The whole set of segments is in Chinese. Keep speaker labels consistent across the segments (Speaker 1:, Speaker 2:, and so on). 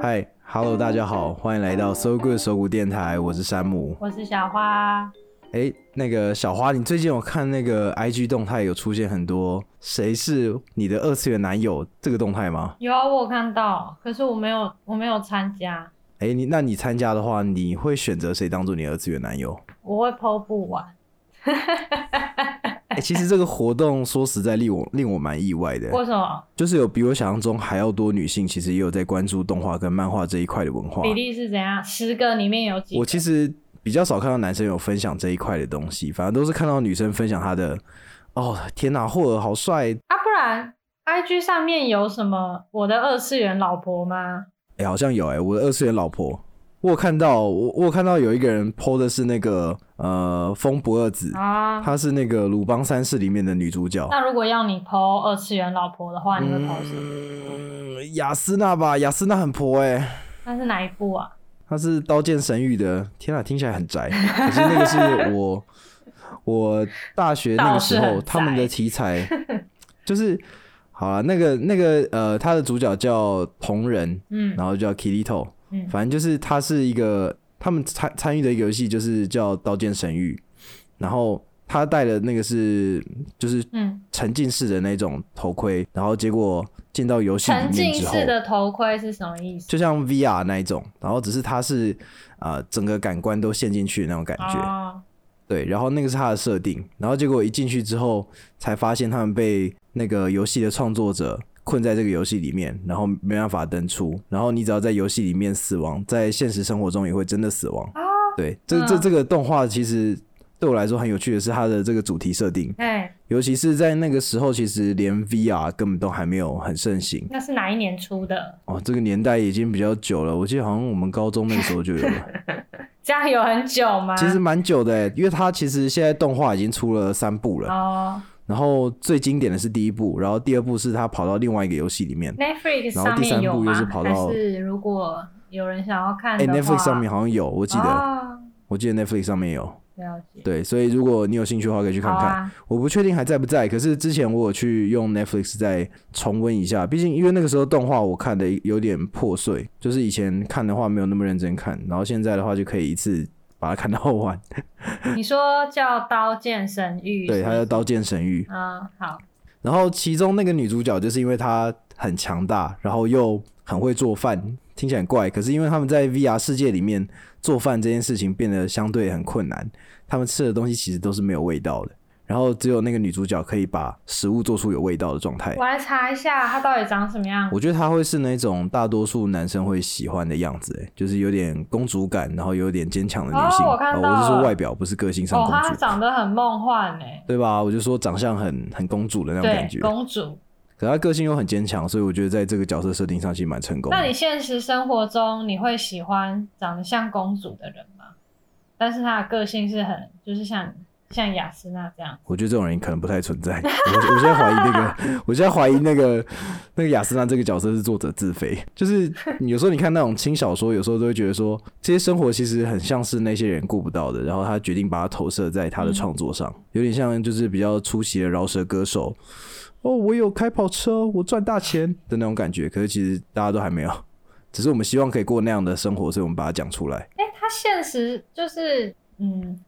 Speaker 1: 嗨，Hello，大家好，欢迎来到 So Good 手鼓电台，我是山姆。
Speaker 2: 我是小花。
Speaker 1: 哎，那个小花，你最近有看那个 IG 动态有出现很多谁是你的二次元男友这个动态吗？
Speaker 2: 有啊，我有看到，可是我没有，我没有参加，
Speaker 1: 哎，你那你参加的话，你会选择谁当做你二次元男友？
Speaker 2: 我会剖不完。
Speaker 1: 哎，其实这个活动说实在令我令我蛮意外的，
Speaker 2: 为什么？
Speaker 1: 就是有比我想象中还要多女性，其实也有在关注动画跟漫画这一块的文化。
Speaker 2: 比例是怎样？十个里面有几
Speaker 1: 我
Speaker 2: 个？
Speaker 1: 其实比较少看到男生有分享这一块的东西，反正都是看到女生分享她的。哦，天哪，霍尔好帅！
Speaker 2: 啊，不然 I G 上面有什么我的二次元老婆吗？
Speaker 1: 哎、好像有哎、我的二次元老婆，我有看到，我我有看到有一个人 PO 的是那个呃风不二子，
Speaker 2: 啊，
Speaker 1: 她是那个鲁邦三世里面的女主角。
Speaker 2: 那如果要你剖二次元老婆的话，你会剖谁？
Speaker 1: 嗯，雅斯娜吧，雅斯娜很婆哎、
Speaker 2: 那是哪一部啊？
Speaker 1: 她是《刀剑神域》的。天哪，啊听起来很 宅，可是那个是我我大学那个时
Speaker 2: 倒是
Speaker 1: 候
Speaker 2: 很宅
Speaker 1: 他们的题材就是好了，那个那个呃，他的主角叫同人，
Speaker 2: 嗯
Speaker 1: 然后叫 Kirito，
Speaker 2: 嗯
Speaker 1: 反正就是他是一个他们参参与的一个游戏，就是叫《刀剑神域》，然后他戴的那个是就是
Speaker 2: 嗯，
Speaker 1: 沉浸式的那种头盔，然后结果进到游戏里
Speaker 2: 沉
Speaker 1: 面
Speaker 2: 浸
Speaker 1: 之后，
Speaker 2: 式的头盔是什么意思？
Speaker 1: 就像 VR 那一种，然后只是它是呃整个感官都陷进去的那种感觉，
Speaker 2: 啊，
Speaker 1: 对，然后那个是它的设定，然后结果一进去之后才发现他们被那个游戏的创作者困在这个游戏里面，然后没办法登出，然后你只要在游戏里面死亡，在现实生活中也会真的死亡，对，这这
Speaker 2: 嗯
Speaker 1: 这个动画其实。对我来说很有趣的是它的这个主题设定，
Speaker 2: 哎，
Speaker 1: 尤其是在那个时候，其实连 VR 根本都还没有很盛行。
Speaker 2: 那是哪一年出的？
Speaker 1: 哦，这个年代已经比较久了，我记得好像我们高中那个时候就有 了，
Speaker 2: 这样有很久吗？
Speaker 1: 其实蛮久的欸，因为它其实现在动画已经出了三部了，
Speaker 2: 哦
Speaker 1: 然后最经典的是第一部，然后第二部是他跑到另外一个游戏里面，
Speaker 2: Netflix
Speaker 1: 然后
Speaker 2: 上
Speaker 1: 第三
Speaker 2: 面有
Speaker 1: 部又
Speaker 2: 吗？
Speaker 1: 是跑到
Speaker 2: 还是如果有人想要看
Speaker 1: 哎、
Speaker 2: 的话
Speaker 1: n e t f l i x 上面好像有，我记得，
Speaker 2: 哦、
Speaker 1: 我记得 Netflix 上面有，
Speaker 2: 了解，
Speaker 1: 对，所以如果你有兴趣的话，可以去看看。
Speaker 2: 好啊、
Speaker 1: 我不确定还在不在，可是之前我有去用 Netflix 再重温一下，毕竟因为那个时候动画我看的有点破碎，就是以前看的话没有那么认真看，然后现在的话就可以一次把它看到完。
Speaker 2: 你说叫《刀剑神域》
Speaker 1: 对，
Speaker 2: 是
Speaker 1: 它
Speaker 2: 不
Speaker 1: 叫
Speaker 2: 是
Speaker 1: 《刀剑神域》，
Speaker 2: 嗯，好，
Speaker 1: 然后其中那个女主角就是因为她很强大，然后又很会做饭，听起来很怪，可是因为他们在 VR 世界里面做饭这件事情变得相对很困难，他们吃的东西其实都是没有味道的，然后只有那个女主角可以把食物做出有味道的状态
Speaker 2: 我。来查一下它到底长什么样。
Speaker 1: 我觉得她会是那种大多数男生会喜欢的样子，哎，就是有点公主感，然后有点坚强的女性。
Speaker 2: 哦我看到
Speaker 1: 我是说
Speaker 2: 了
Speaker 1: 外表，不是个性上
Speaker 2: 哦，
Speaker 1: 公主，
Speaker 2: 它长得很梦幻呢、
Speaker 1: 对吧？我就说长相很很公主的那种感觉，。
Speaker 2: 对公主。
Speaker 1: 可他个性又很坚强，所以我觉得在这个角色设定上其实蛮成功的。
Speaker 2: 那你现实生活中你会喜欢长得像公主的人吗？但是她的个性是很，就是像像雅诗娜这样。
Speaker 1: 我觉得这种人可能不太存在。 我我现在怀疑那个， 我现在怀疑那个那个雅斯娜这个角色是作者自肥。就是有时候你看那种轻小说，有时候都会觉得说，这些生活其实很像是那些人顾不到的，然后他决定把它投射在他的创作上，
Speaker 2: 嗯
Speaker 1: 有点像就是比较出奇的饶舌歌手。哦，我有开跑车，我赚大钱的那种感觉。可是其实大家都还没有，只是我们希望可以过那样的生活，所以我们把它讲出来。
Speaker 2: 哎、它现实就是，嗯，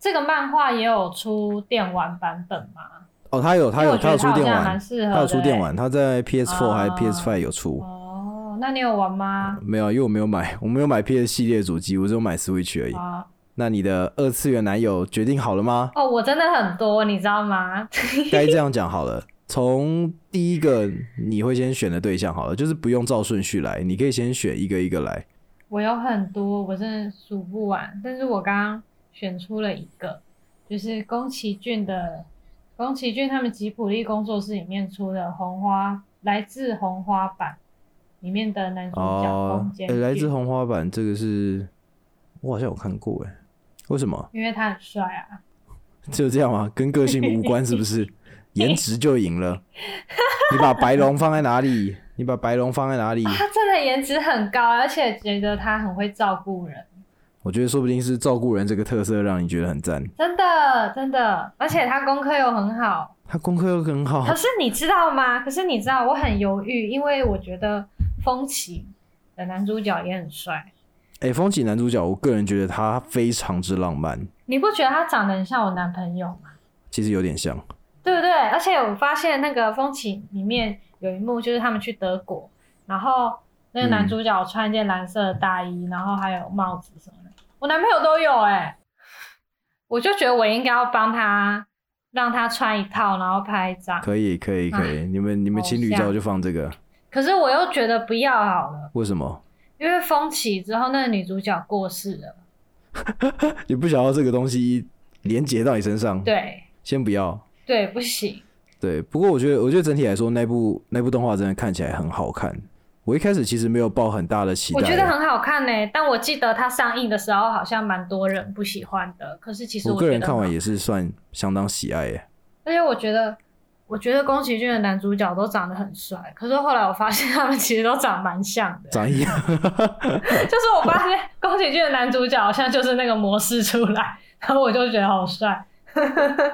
Speaker 2: 这个漫画也有出电玩版本吗？
Speaker 1: 哦，他有，他
Speaker 2: 因
Speaker 1: 有，
Speaker 2: 为我觉
Speaker 1: 他
Speaker 2: 得
Speaker 1: 有
Speaker 2: 它
Speaker 1: 出
Speaker 2: 好
Speaker 1: 电
Speaker 2: 像
Speaker 1: 玩
Speaker 2: 蛮，适合
Speaker 1: 他有出
Speaker 2: 的
Speaker 1: 电
Speaker 2: 欸
Speaker 1: 玩，他在 PS4 还是
Speaker 2: 啊
Speaker 1: PS5 有出。
Speaker 2: 哦，那你有玩吗？
Speaker 1: 没有，因为我没有买，我没有买 PS 系列主机，我只有买 Switch 而已。
Speaker 2: 啊，？
Speaker 1: 那你的二次元男友决定好了吗
Speaker 2: 哦，我真的很多，你知道吗？
Speaker 1: 该这样讲好了，从第一个你会先选的对象好了，就是不用照顺序来，你可以先选一个一个来。
Speaker 2: 我有很多，我真的数不完。但是我刚刚选出了一个，就是宫崎骏的宫崎骏他们吉卜力工作室里面出的《红花》，来自红花版里面的男主角
Speaker 1: 哦
Speaker 2: 宫，坚
Speaker 1: 诶来自
Speaker 2: 骏，
Speaker 1: 红花版这个是，我好像有看过哎，为什么？
Speaker 2: 因为他很帅啊。
Speaker 1: 就这样吗？跟个性无关是不 是？颜值就赢了。你把白龙放在哪里？你把白龙放在哪里？
Speaker 2: 他真的颜值很高，而且觉得他很会照顾人。
Speaker 1: 我觉得说不定是照顾人这个特色让你觉得很赞。
Speaker 2: 真的，真的，而且他功课又很好，
Speaker 1: 他功课又很好
Speaker 2: 可，是你知道吗？可是你知道我很犹豫，因为我觉得风起，的男主角也很帅。
Speaker 1: 哎、风起男主角，我个人觉得他非常之浪漫，
Speaker 2: 你不觉得他长得很像我男朋友吗？
Speaker 1: 其实有点像。
Speaker 2: 对不对？而且我发现那个《风起》里面有一幕，就是他们去德国，然后那个男主角穿一件蓝色的大衣，然后还有帽子什么的，我男朋友都有哎、我就觉得我应该要帮他，让他穿一套，然后拍一张。
Speaker 1: 可以，可以，可以。你们你们
Speaker 2: 好
Speaker 1: 情侣
Speaker 2: 啊像
Speaker 1: 照就放这个，
Speaker 2: 可是我又觉得不要好了，
Speaker 1: 为什么？
Speaker 2: 因为《风起》之后那个女主角过世了，
Speaker 1: 你不想要这个东西连接到你身上？，
Speaker 2: 对
Speaker 1: 先不要。
Speaker 2: 对，不行。
Speaker 1: 对，不过我觉得，我觉得整体来说，那部那部动画真的看起来很好看。我一开始其实没有抱很大的期待，
Speaker 2: 我觉得很好看呢、但我记得它上映的时候好像蛮多人不喜欢的，可是其实
Speaker 1: 我
Speaker 2: 觉
Speaker 1: 个
Speaker 2: 得
Speaker 1: 人看
Speaker 2: 很好
Speaker 1: 完也是算相当喜爱耶。
Speaker 2: 而且我觉得，我觉得宫崎骏的男主角都长得很帅，可是后来我发现他们其实都长蛮像的。
Speaker 1: 长一样，
Speaker 2: 就是我发现宫崎骏的男主角好像就是那个模式出来，然后我就觉得好帅。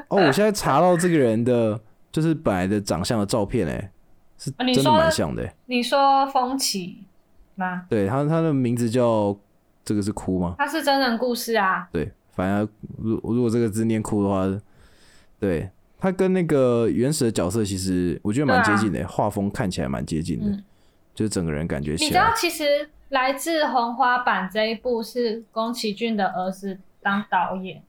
Speaker 1: 哦，我现在查到这个人的，就是本来的长相的照片，哎，是
Speaker 2: 啊你
Speaker 1: 真的
Speaker 2: 说
Speaker 1: 蛮
Speaker 2: 的
Speaker 1: 像的耶。
Speaker 2: 你说风起吗？
Speaker 1: 对他，他的名字叫这个是哭吗？
Speaker 2: 他是真人故事啊，
Speaker 1: 对，反正如如果这个字念哭的话，对他跟那个原始的角色其实我觉得蛮接近的耶，画风看起来蛮接近的
Speaker 2: 啊嗯，
Speaker 1: 就是啊整个人感觉
Speaker 2: 你
Speaker 1: 起
Speaker 2: 知道
Speaker 1: 来，哦
Speaker 2: 其实来自红花坂这一部是宫崎骏的儿子当导演，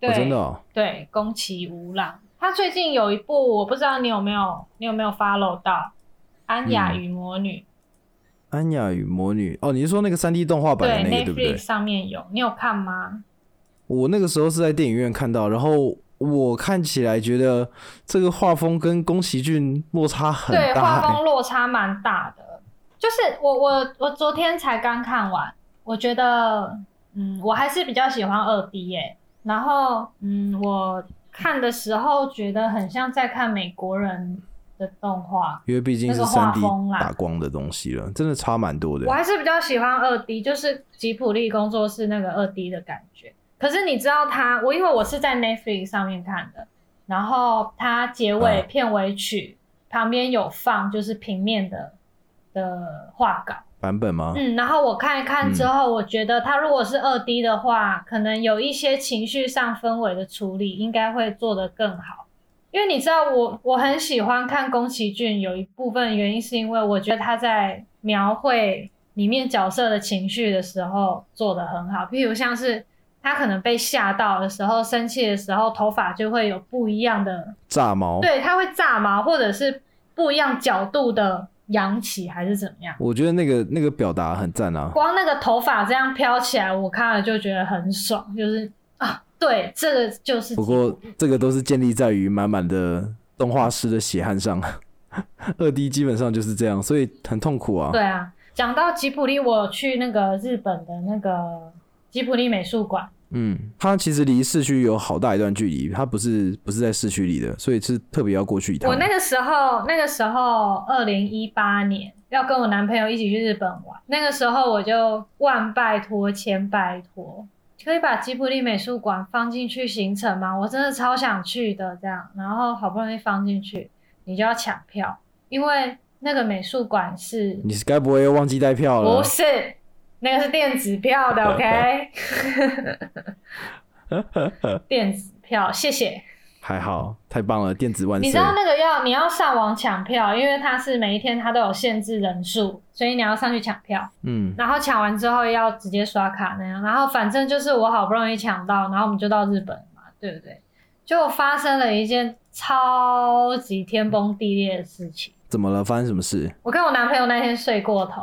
Speaker 2: 对，
Speaker 1: 哦真的哦，
Speaker 2: 对，宫崎吾朗，他最近有一部，我不知道你有没有，你有没有 follow 到《安雅
Speaker 1: 嗯
Speaker 2: 与魔女
Speaker 1: 安雅与魔女哦，你是说那个三 D 动画》版的那个对不对
Speaker 2: ，Netflix？上面有，你有看吗？
Speaker 1: 我那个时候是在电影院看到，然后我看起来觉得这个画风跟宫崎骏落差很
Speaker 2: 对，画
Speaker 1: 大、
Speaker 2: 风
Speaker 1: 欸。
Speaker 2: 落差蛮大的。就是我我我昨天才刚看完，我觉得嗯，我还是比较喜欢二 D 耶。然后嗯，我看的时候觉得很像在看美国人的动画，
Speaker 1: 因为毕竟是
Speaker 2: 那个画
Speaker 1: 三 D
Speaker 2: 风啦
Speaker 1: 打光的东西了，真的差蛮多的
Speaker 2: 我。还是比较喜欢二 D，就是吉普力工作室那个二 D 的感觉。可是你知道它，我因为我是在 Netflix 上面看的，然后它结尾
Speaker 1: 嗯
Speaker 2: 片尾曲、旁边有放就是平面的的画稿，
Speaker 1: 版本吗？
Speaker 2: 嗯，然后我看一看之后，我觉得它如果是二 D 的话，可能有一些情绪上氛围的处理应该会做得更好。因为你知道我，我很喜欢看宫崎骏，有一部分原因是因为我觉得他在描绘里面角色的情绪的时候做得很好，譬如像是他可能被吓到的时候、生气的时候，头发就会有不一样的
Speaker 1: 炸毛。
Speaker 2: 对，它会炸毛，或者是不一样角度的扬起，还是怎么样。
Speaker 1: 我觉得那个那个表达很赞啊。
Speaker 2: 光那个头发这样飘起来，我看了就觉得很爽，就是啊，对，这个就是
Speaker 1: 不过这个都是建立在于满满的动画师的血汗上， 二 D 基本上就是这样，所以很痛苦啊。
Speaker 2: 对啊。讲到吉普力，我去那个日本的那个吉普力美术馆，
Speaker 1: 嗯，它其实离市区有好大一段距离，它不是不是在市区里的，所以是特别要过去一趟。
Speaker 2: 我那个时候，那个时候二零一八年要跟我男朋友一起去日本玩，那个时候我就万拜托千拜托，可以把吉普力美术馆放进去行程吗？我真的超想去的，这样，然后好不容易放进去，你就要抢票，因为那个美术馆是
Speaker 1: 你是该不会又忘记带票了？
Speaker 2: 不是，那个是电子票的，OK？电子票，谢谢。
Speaker 1: 还好，太棒了，电子万
Speaker 2: 你
Speaker 1: 岁
Speaker 2: 知！道那个要你要上网抢票，因为它是每一天它都有限制人数，所以你要上去抢票，
Speaker 1: 嗯，
Speaker 2: 然后抢完之后要直接刷卡那样。然后反正就是我好不容易抢到，然后我们就到日本嘛，对不对？就发生了一件超级天崩地裂的事情。
Speaker 1: 怎么了？发生什么事？
Speaker 2: 我跟我男朋友那天睡过头，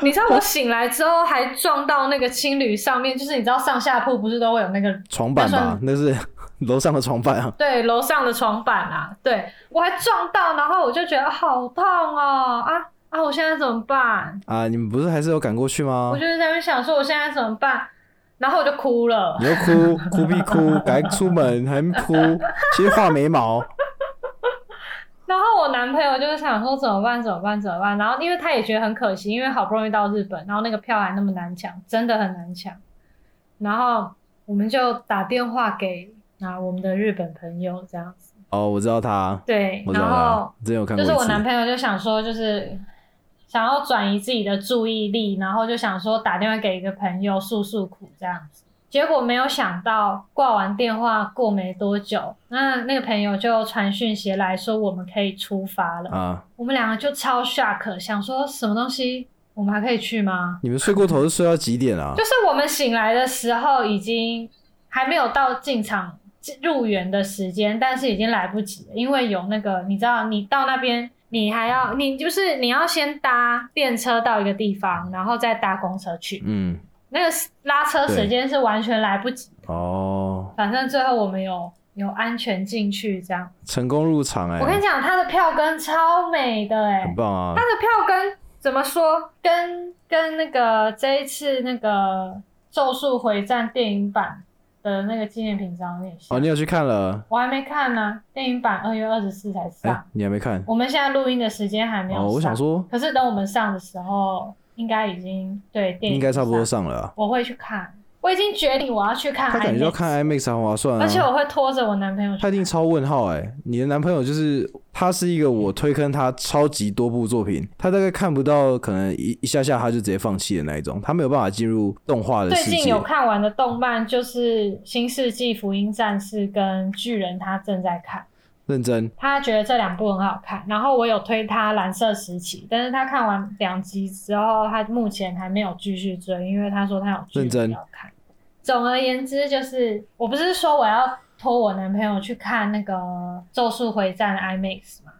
Speaker 2: 你知道我醒来之后还撞到那个青旅上面，就是你知道上下铺不是都会有那个
Speaker 1: 床板吧，
Speaker 2: 那
Speaker 1: 那是 楼上的床板啊。
Speaker 2: 对楼上的床板啊，对我还撞到，然后我就觉得好痛哦啊啊！我现在怎么办？
Speaker 1: 啊，你们不是还是有赶过去吗
Speaker 2: 我？就是在那边想说我现在怎么办，然后我就哭了。
Speaker 1: 你又哭哭必哭，赶快出门还哭，先画眉毛。
Speaker 2: 然后我男朋友就是想说怎么办怎么办怎么办，然后因为他也觉得很可惜，因为好不容易到日本，然后那个票还那么难抢，真的很难抢。然后我们就打电话给啊我们的日本朋友这样子，
Speaker 1: 哦，我知道他，
Speaker 2: 对，
Speaker 1: 我知
Speaker 2: 然
Speaker 1: 道
Speaker 2: 后
Speaker 1: 他，之前有看
Speaker 2: 就
Speaker 1: 过一
Speaker 2: 是
Speaker 1: 次。
Speaker 2: 我男朋友就想说就是想要转移自己的注意力，然后就想说打电话给一个朋友诉诉苦这样子。结果没有想到，挂完电话过没多久，那那个朋友就传讯息来说我们可以出发了。
Speaker 1: 啊！
Speaker 2: 我们两个就超 shock，想说什么东西，我们还可以去吗？
Speaker 1: 你们睡过头是睡到几点啊
Speaker 2: 就？是我们醒来的时候已经还没有到进场进入园的时间，但是已经来不及了，因为有那个你知道，你到那边你还要你就是你要先搭电车到一个地方，然后再搭公车去，
Speaker 1: 嗯，
Speaker 2: 那个拉车时间是完全来不及。
Speaker 1: 哦，
Speaker 2: 反正最后我们有有安全进去，这样。
Speaker 1: 成功入场哎、
Speaker 2: 我跟你讲，它的票根超美的哎、
Speaker 1: 很棒啊
Speaker 2: 它！的票根怎么说？跟跟那个这一次那个《咒术回战》电影版的那个纪念品照有点像
Speaker 1: 哦，你有去看了？
Speaker 2: 我还没看呢、电影版二月二十四才
Speaker 1: 哎、
Speaker 2: 上。
Speaker 1: 你还没看？
Speaker 2: 我们现在录音的时间还啊没有上、
Speaker 1: 哦，我想说
Speaker 2: 可是等啊我们上的时候，应该已经对电影
Speaker 1: 应该差不多
Speaker 2: 上。
Speaker 1: 上了啊、
Speaker 2: 我会去看，我已经决定我要去看 IMAX。
Speaker 1: 他感觉要看 IMAX 还划算啊。
Speaker 2: 而且我会拖着我男朋友去
Speaker 1: 他一定超问号哎、你的男朋友就是他是一个我推坑他超级多部作品，他大概看不到可能一一下下他就直接放弃的那一种，他没有办法进入动画的
Speaker 2: 最
Speaker 1: 世
Speaker 2: 近
Speaker 1: 界
Speaker 2: 有。看完的动漫就是《新世纪福音战士》跟《巨人》，他正在看。
Speaker 1: 认真，
Speaker 2: 他觉得这两部很好看，然后我有推他《蓝色时期》，但是他看完两集之后，他目前还没有继续追，因为他说他有剧
Speaker 1: 认真
Speaker 2: 要看。总而言之，就是我不是说我要托我男朋友去看那个《咒术回战》的 IMAX 嘛，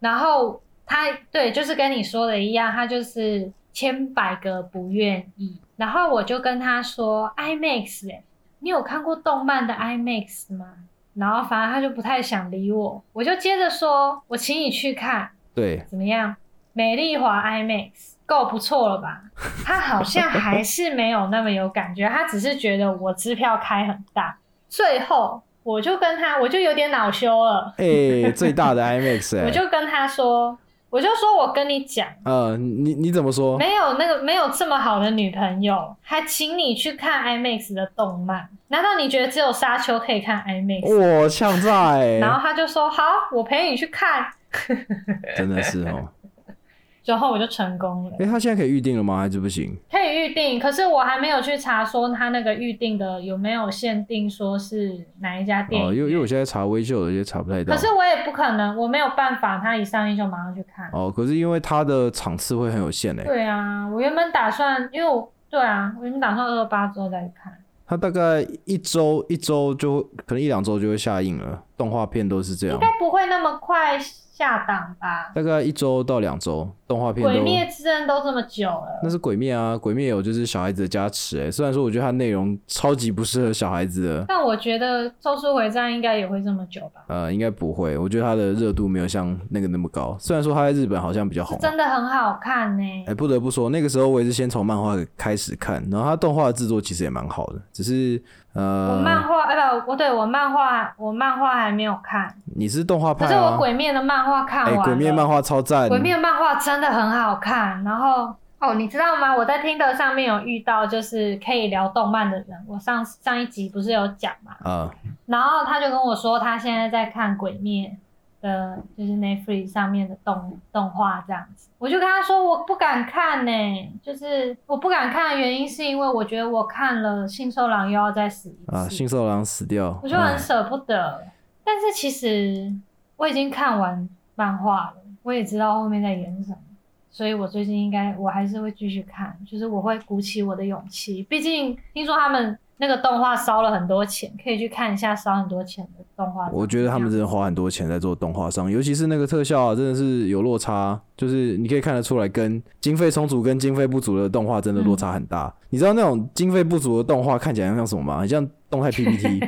Speaker 2: 然后他对，就是跟你说的一样，他就是千百个不愿意，然后我就跟他说 IMAX，、欸、你有看过动漫的 IMAX 吗？然后反正他就不太想理我，我就接着说，我请你去看
Speaker 1: 对，
Speaker 2: 怎么样？美丽华 IMAX 够不错了吧？他好像还是没有那么有感觉，他只是觉得我支票开很大。最后我就跟他，我就有点恼羞了，
Speaker 1: 哎、最大的 IMAX 哎、
Speaker 2: 我就跟他说，我就说我跟你讲，
Speaker 1: 呃，你你怎么说？
Speaker 2: 没有那个没有这么好的女朋友，还请你去看 IMAX 的动漫，难道你觉得只有沙丘可以看 IMAX？
Speaker 1: 哇，呛炸哎、
Speaker 2: 然后他就说好，我陪你去看。
Speaker 1: 真的是哦。
Speaker 2: 之后我就成功了
Speaker 1: 哎、，他现在可以预定了吗？还是不行？
Speaker 2: 可以预定。可是我还没有去查说他那个预定的有没有限定，说是哪一家店。
Speaker 1: 哦，因为因为我现在查微秀，有些查不太到
Speaker 2: 嗯可。是我也不可能，我没有办法，他一上映就马上去看。
Speaker 1: 哦，可是因为它的场次会很有限哎、
Speaker 2: 对啊，我原本打算，因为我对啊，我原本打算二八之后再去看。
Speaker 1: 它大概一周一周就可能一两周就会下映了，动画片都是这样
Speaker 2: 应，该不会那么快下档吧？
Speaker 1: 大概一周到两周，动画片
Speaker 2: 鬼
Speaker 1: 都。
Speaker 2: 灭之刃都这么久了
Speaker 1: 那，是鬼灭啊，鬼灭有就是小孩子的加持哎、虽然说我觉得它内容超级不适合小孩子的，
Speaker 2: 但我觉得《咒术回战》应该也会这么久吧？
Speaker 1: 呃，应该不会，我觉得它的热度没有像那个那么高。虽然说它在日本好像比较
Speaker 2: 是
Speaker 1: 红啊、
Speaker 2: 真的很好看呢、
Speaker 1: 哎、不得不说，那个时候我也是先从漫画开始看，然后它动画的制作其实也蛮好的，只是
Speaker 2: 我漫
Speaker 1: 呃，
Speaker 2: 画，哎、不，我对我漫画，我漫画还没有看。
Speaker 1: 你是动画派
Speaker 2: 可是我
Speaker 1: 啊？哎
Speaker 2: 鬼灭的漫画看完了，
Speaker 1: 鬼灭漫画超赞，
Speaker 2: 鬼灭漫画真的很好看。然后哦，你知道吗？我在听的上面有遇到就是可以聊动漫的人，我上上一集不是有讲嘛，
Speaker 1: 啊、
Speaker 2: 然后他就跟我说他现在在看鬼灭。的就是 Netflix 上面的动动画这样子，我就跟他说我不敢看呢、就是我不敢看的原因是因为我觉得我看了信受狼又要再死一次，
Speaker 1: 啊，新兽狼死掉，
Speaker 2: 我就很
Speaker 1: 哎
Speaker 2: 舍不得。但是其实我已经看完漫画了，我也知道后面在演什么，所以我最近应该我还是会继续看，就是我会鼓起我的勇气。毕竟听说他们那个动画烧了很多钱，可以去看一下烧很多钱的动画。
Speaker 1: 我觉得他们真的花很多钱在做动画上，尤其是那个特效啊，真的是有落差，就是你可以看得出来，跟经费充足跟经费不足的动画真的落差很
Speaker 2: 嗯
Speaker 1: 大。你知道那种经费不足的动画看起来像什么吗？很像动 态 PPT。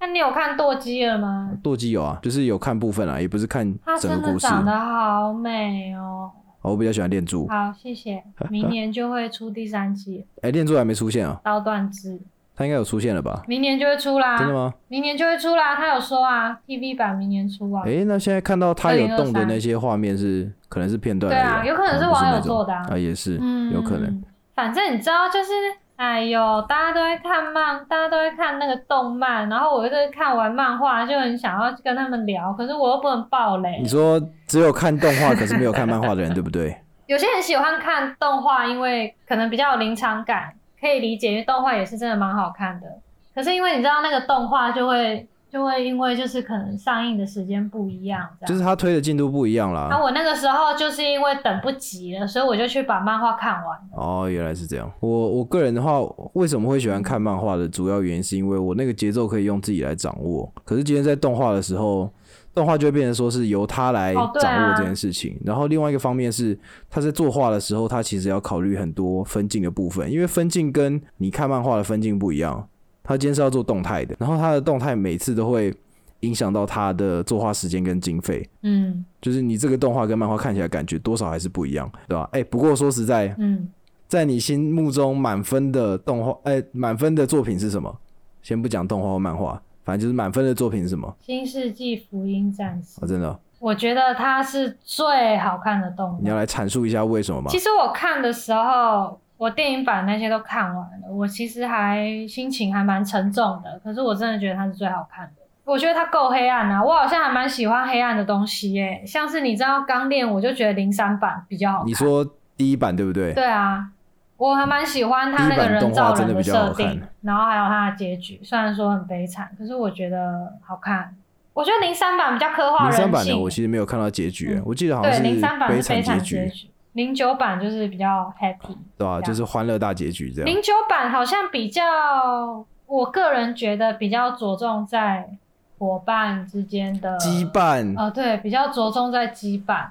Speaker 2: 那你有看《堕姬》了吗？
Speaker 1: 堕姬有啊， 就是有看部分啊，也不是看
Speaker 2: 她
Speaker 1: 整
Speaker 2: 真
Speaker 1: 个
Speaker 2: 的
Speaker 1: 故事。
Speaker 2: 长得好美哦！
Speaker 1: 哦我比较喜欢恋柱，
Speaker 2: 好，谢谢。明年就会出第三季
Speaker 1: 哎、恋柱还没出现啊，
Speaker 2: 《刀断之》，
Speaker 1: 他应该有出现了吧？
Speaker 2: 明年就会出啦。
Speaker 1: 真的吗？
Speaker 2: 明年就会出啦，他有说啊，TV 版明年出啊。
Speaker 1: 哎、那现在看到他有
Speaker 2: 2023
Speaker 1: 动的那些画面是，可能是片段而
Speaker 2: 对
Speaker 1: 已、
Speaker 2: 啊，有可能是
Speaker 1: 不
Speaker 2: 网
Speaker 1: 那
Speaker 2: 友
Speaker 1: 种
Speaker 2: 做的啊。
Speaker 1: 啊，也是，
Speaker 2: 嗯，
Speaker 1: 有可能。。
Speaker 2: 反正你知道，就是哎呦，大家都在看漫，大家都在看那个动漫，然后我就是看完漫画就很想要跟他们聊，可是我又不能爆雷
Speaker 1: 你。说只有看动画，可是没有看漫画的人，对不对？
Speaker 2: 有些人喜欢看动画，因为可能比较有临场感，可以理解，因为动画也是真的蛮好看的。可是因为你知道那个动画就会就会因为就是可能上映的时间不一样，这样。
Speaker 1: 就是啊他推的进度不一样
Speaker 2: 那
Speaker 1: 啦。
Speaker 2: 我那个时候就是因为等不及了，所以我就去把漫画看完。
Speaker 1: 哦，原来是这样。我我个人的话，为什么会喜欢看漫画的主要原因，是因为我那个节奏可以用自己来掌握。可是今天在动画的时候，动画就会变成说是由他来
Speaker 2: 哦对啊
Speaker 1: 掌握这件事情。然后另外一个方面是，他在作画的时候，他其实要考虑很多分镜的部分，因为分镜跟你看漫画的分镜不一样。他今天是要做动态的，然后他的动态每次都会影响到他的作画时间跟经费。
Speaker 2: 嗯
Speaker 1: 就是你这个动画跟漫画看起来感觉多少还是不一样，对吧？哎、不过说实在，
Speaker 2: 嗯，
Speaker 1: 在你心目中满分的动画，哎、满分的作品是什么？先不讲动画或漫画，反正就是满分的作品是什么？
Speaker 2: 《新世纪福音战士
Speaker 1: 啊，》，真的，
Speaker 2: 我觉得它是最好看的动
Speaker 1: 你要
Speaker 2: 画。
Speaker 1: 来阐述一下为什么吗
Speaker 2: 其？实我看的时候，我电影版那些都看完了，我其实还心情还蛮沉重的。可是我真的觉得它是最好看的。我觉得它够黑暗啊，我好像还蛮喜欢黑暗的东西耶、像是你知道《钢炼》，我就觉得零三版比较好看。
Speaker 1: 你说第一版对不对？
Speaker 2: 对啊，我还蛮喜欢他那个人
Speaker 1: 第一版动
Speaker 2: 造人设
Speaker 1: 画真的比较好
Speaker 2: 定
Speaker 1: 看，
Speaker 2: 然后还有他的结局，虽然说很悲惨，可是我觉得好看。我觉得零三版比较刻画
Speaker 1: 零
Speaker 2: 人性，
Speaker 1: 三版的我其实没有看到结局、
Speaker 2: 嗯
Speaker 1: 我记得好像
Speaker 2: 对
Speaker 1: 是
Speaker 2: 零三版是
Speaker 1: 惨
Speaker 2: 惨
Speaker 1: 结
Speaker 2: 结
Speaker 1: 局，
Speaker 2: 局，零九版就是比较 happy，
Speaker 1: 对吧、
Speaker 2: 这样
Speaker 1: 就是欢乐大结局这样。
Speaker 2: 零九版好像比较，我个人觉得比较着重在伙伴之间的
Speaker 1: 羁绊、
Speaker 2: 呃，对，比较着重在羁绊，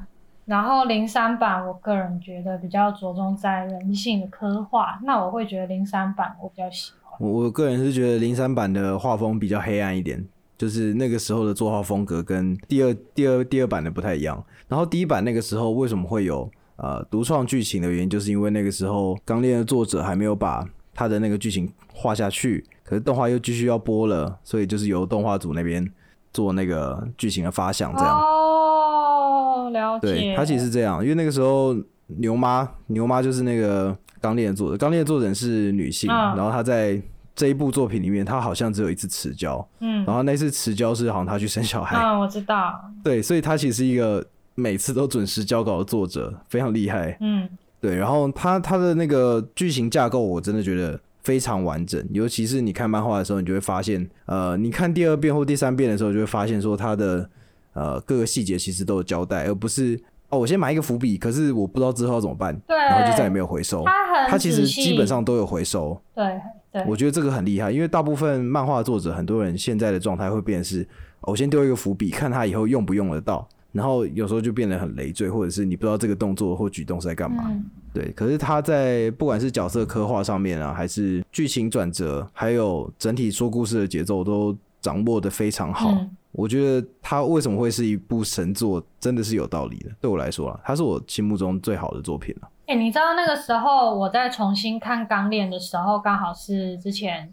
Speaker 2: 然后零三版，我个人觉得比较着重在人性的刻画。那我会觉得零三版我比较喜欢。
Speaker 1: 我我个人是觉得零三版的画风比较黑暗一点，就是那个时候的作画风格跟第二第二第二版的不太一样。然后第一版那个时候为什么会有呃独创剧情的原因，就是因为那个时候《钢炼》的作者还没有把他的那个剧情画下去，可是动画又继续要播了，所以就是由动画组那边做那个剧情的发想这样。
Speaker 2: 哦，了解。
Speaker 1: 对，他其实是这样，因为那个时候牛妈，牛妈就是那个钢炼的作者，钢炼的作者是女性，
Speaker 2: 嗯
Speaker 1: 然后她在这一部作品里面，她好像只有一次迟交，
Speaker 2: 嗯
Speaker 1: 然后那次迟交是好像她去生小孩，
Speaker 2: 嗯，我知道。
Speaker 1: 对，所以她其实是一个每次都准时交稿的作者，非常厉害。
Speaker 2: 嗯
Speaker 1: 对，然后他他的那个剧情架构，我真的觉得非常完整，尤其是你看漫画的时候，你就会发现，呃，你看第二遍或第三遍的时候，就会发现说它的呃各个细节其实都有交代，而不是哦，我先埋一个伏笔，可是我不知道之后要怎么办，
Speaker 2: 对
Speaker 1: 然后就再也没有回收。
Speaker 2: 他很
Speaker 1: 它其实
Speaker 2: 仔细
Speaker 1: 基本上都有回收，
Speaker 2: 对对，
Speaker 1: 我觉得这个很厉害，因为大部分漫画作者，很多人现在的状态会变成是，哦我先丢一个伏笔，看他以后用不用得到，然后有时候就变得很累赘，或者是你不知道这个动作或举动是在干嘛。
Speaker 2: 嗯
Speaker 1: 对，可是他在不管是角色刻画上面啊，还是剧情转折，还有整体说故事的节奏都掌握的非常好。
Speaker 2: 嗯
Speaker 1: 我觉得他为什么会是一部神作，真的是有道理的。对我来说啊，他是我心目中最好的作品啊了、
Speaker 2: 哎、你知道那个时候我在重新看《钢炼》的时候，刚好是之前